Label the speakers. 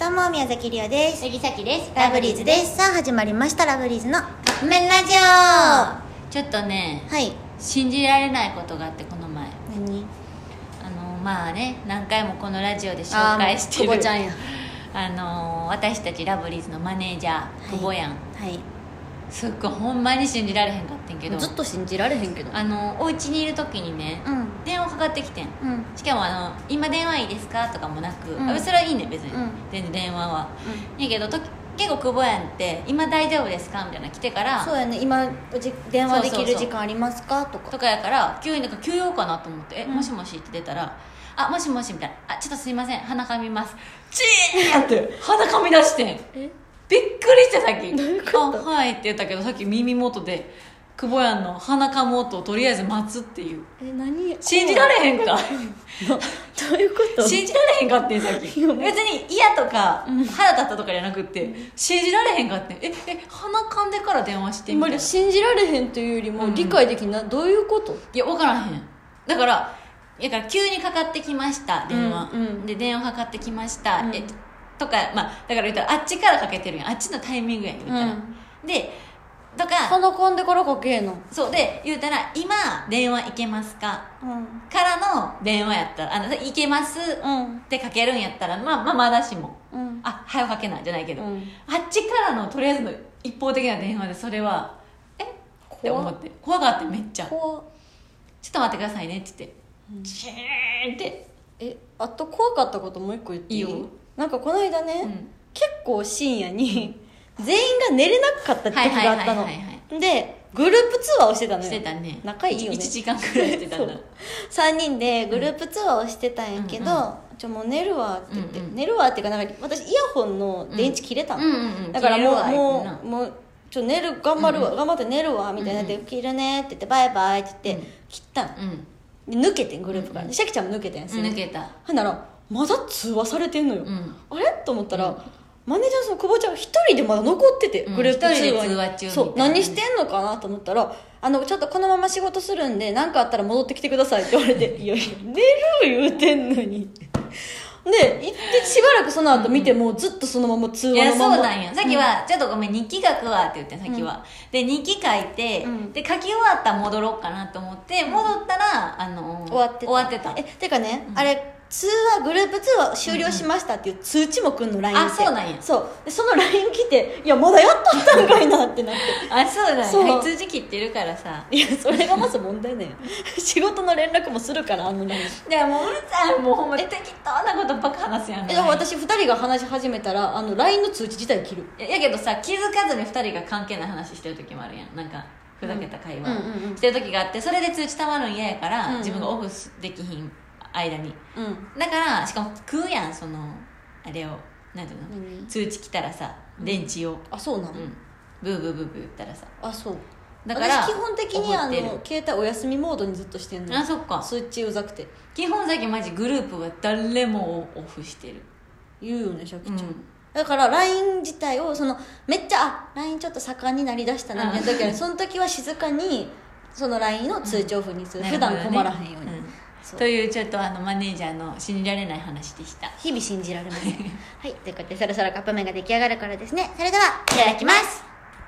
Speaker 1: どうも宮崎りおです
Speaker 2: 杉崎です
Speaker 1: ラブリーズですさあ始まりましたラブリーズのカップ麺ラジオは
Speaker 2: あーちょっとね
Speaker 1: い
Speaker 2: 信じられないことがあってこの前
Speaker 1: 何
Speaker 2: あのまあね何回もこのラジオで紹介してる
Speaker 1: あーもう久保ちゃんや
Speaker 2: あの私たちラブリーズのマネージャー久保やん、
Speaker 1: はい
Speaker 2: すっごいほんまに信じられへんかってんけど
Speaker 3: ずっと信じられへんけど
Speaker 2: あのお家にいる時にね、
Speaker 1: うん
Speaker 2: 電話かかってきてん
Speaker 1: うん
Speaker 2: しかもあの「今電話いいですか?」とかもなく、
Speaker 1: うん
Speaker 2: あそれはいいねん別に、
Speaker 1: うん
Speaker 2: 全然電話は、いいけどと結構久保やんって「今大丈夫ですか?」みたいなの来てから
Speaker 1: そうやね今おじ電話でき
Speaker 2: そう
Speaker 1: る
Speaker 2: そうそう
Speaker 1: 時間ありますかと
Speaker 2: と
Speaker 1: か
Speaker 2: かやから急になんか急用かなと思って「え
Speaker 1: うん
Speaker 2: もしもし」って出たら「あもしもし」みたいな「あちょっとすいません鼻かみます」チーンって鼻かみ出してんびっくりしてさっき「あはい」って言ったけどさっき耳元で久保やんの鼻かむ音をとりあえず待つっていう
Speaker 3: え何
Speaker 2: 信じられへん か
Speaker 3: どういうこと
Speaker 2: 信じられへんかってんさっき別
Speaker 3: いやもう
Speaker 2: に嫌とか腹立ったとかじゃなくって信じられへんかってんええ鼻かんでから電話してみたいな
Speaker 3: 信じられへんというよりも
Speaker 2: 理
Speaker 3: 理解
Speaker 2: 解
Speaker 3: できな、どういうこと
Speaker 2: いや分からへんだからだから急にかかってきました電話、
Speaker 3: うんうん
Speaker 2: で電話かかってきました、
Speaker 3: うん
Speaker 2: えとかまあだから言ったらあっちからかけてるやんあっちのタイミングやん言うたら、
Speaker 3: うん
Speaker 2: でとか
Speaker 3: 鼻かんでからかけえの
Speaker 2: そうで言うたら「今電話いけますか?
Speaker 1: うん」
Speaker 2: からの電話やったら「あのいけます」
Speaker 3: ん
Speaker 2: ってかけるんやったらまあまあまだしも
Speaker 3: うん
Speaker 2: あ早くかけないじゃないけど、
Speaker 3: うん
Speaker 2: あっちからのとりあえずの一方的な電話でそれはえって思
Speaker 3: 怖
Speaker 2: って怖がってめっちゃ
Speaker 3: 怖
Speaker 2: ちょっと待ってくださいねって言って、チーンって、
Speaker 3: えあと怖かったこともう一個言っていい
Speaker 2: いいよ
Speaker 3: なんかこの間ね、
Speaker 2: うん
Speaker 3: 結構深夜に 全員が寝れなかった時があったの
Speaker 2: はいはいはいはい
Speaker 3: でグループ通話をしてたのよ
Speaker 2: してたね
Speaker 3: 仲いいよね
Speaker 2: 1時間くらいしてたんだ
Speaker 3: 3人でグループ通話をしてたんやけど「
Speaker 2: うん
Speaker 3: ちょもう寝るわ」って言って「
Speaker 2: うんうん
Speaker 3: 寝るわ」っていうかなんか私イヤホンの電池切れたの、
Speaker 2: うんうん
Speaker 3: だからもう
Speaker 2: 切れるわ
Speaker 3: もうもうちょ寝る頑張るわ、頑張って寝るわみたいになって「切るね」って言って「バイバイ」って言って、
Speaker 2: うん
Speaker 3: 切ったの
Speaker 2: うん
Speaker 3: で抜けてんグループから、
Speaker 2: うん
Speaker 3: シャキちゃんも抜けてんす
Speaker 2: 抜けた
Speaker 3: ほんならまだ通話されてんのよ、
Speaker 2: うん
Speaker 3: あれと思ったら、
Speaker 2: うん
Speaker 3: マネージャーさん久保ちゃん一人でまだ残ってて、
Speaker 2: うん
Speaker 3: グループ通話に
Speaker 2: 一人で通話中みたいな
Speaker 3: そう何してんのかなと思ったら「あのちょっとこのまま仕事するんで何かあったら戻ってきてください」って言われ て「いやいや寝る言うてんのに」で行ってしばらくその後見てもうずっとそのまま通
Speaker 2: い
Speaker 3: 話の
Speaker 2: やそう
Speaker 3: まま
Speaker 2: なんやさっきは「ちょっとごめん日記書くわ」って言ってんさっきは、で日記書いて、
Speaker 3: うん
Speaker 2: で書き終わったら戻ろうかなと思って戻ったら、あのー
Speaker 3: 終わってた
Speaker 2: 終わってた
Speaker 3: えてかね、あれ通話グループ通話終了しましたっていう通知も来んの LINE
Speaker 2: あ
Speaker 3: って
Speaker 2: そうなんや
Speaker 3: そうでその LINE 来ていやまだやっとったんかいなってなって
Speaker 2: あそうだ
Speaker 3: そう
Speaker 2: ね通知切ってるからさ
Speaker 3: いやそれがまず問題ね仕事の連絡もするからあの LINE
Speaker 2: でもううるさいもうほんま適当なことばっか話すやん
Speaker 3: えだから私2人が話し始めたらあの LINE の通知自体切る
Speaker 2: ややけどさ気づかずに2人が関係ない話してる時もあるやんなんかふざけた会話
Speaker 3: うんうんうんうん
Speaker 2: してる時があってそれで通知たまるん嫌やから、
Speaker 3: うんうん
Speaker 2: 自分がオフできひん間に
Speaker 3: うん
Speaker 2: だからしかも食うやんそのあれをなんていうの
Speaker 3: 何
Speaker 2: 通知来たらさ電池を
Speaker 3: あそうな
Speaker 2: う
Speaker 3: の、
Speaker 2: ん、ブーブーブーブー言ったらさ
Speaker 3: あそう
Speaker 2: だから
Speaker 3: 私基本的にあ
Speaker 2: 怒って
Speaker 3: の携帯お休みモードにずっとしてん
Speaker 2: る
Speaker 3: の
Speaker 2: あそっか
Speaker 3: 通知うざくて
Speaker 2: 基本さっきマジグループは誰もオフしてる
Speaker 3: 言うよねシャキち
Speaker 2: う
Speaker 3: ゃ
Speaker 2: ん
Speaker 3: ん、だから LINE 自体をそのめっちゃあ LINE ちょっと盛んになりだしたなみたいな時は、その時は静かにその LINE の通知オフにする、普段困らへんように、
Speaker 2: ん
Speaker 3: そう
Speaker 2: というちょっとあのマネージャーの信じられない話でした
Speaker 1: 日々信じられませんはいということでそろそろカップ麺が出来上がるからですねそれではいただきます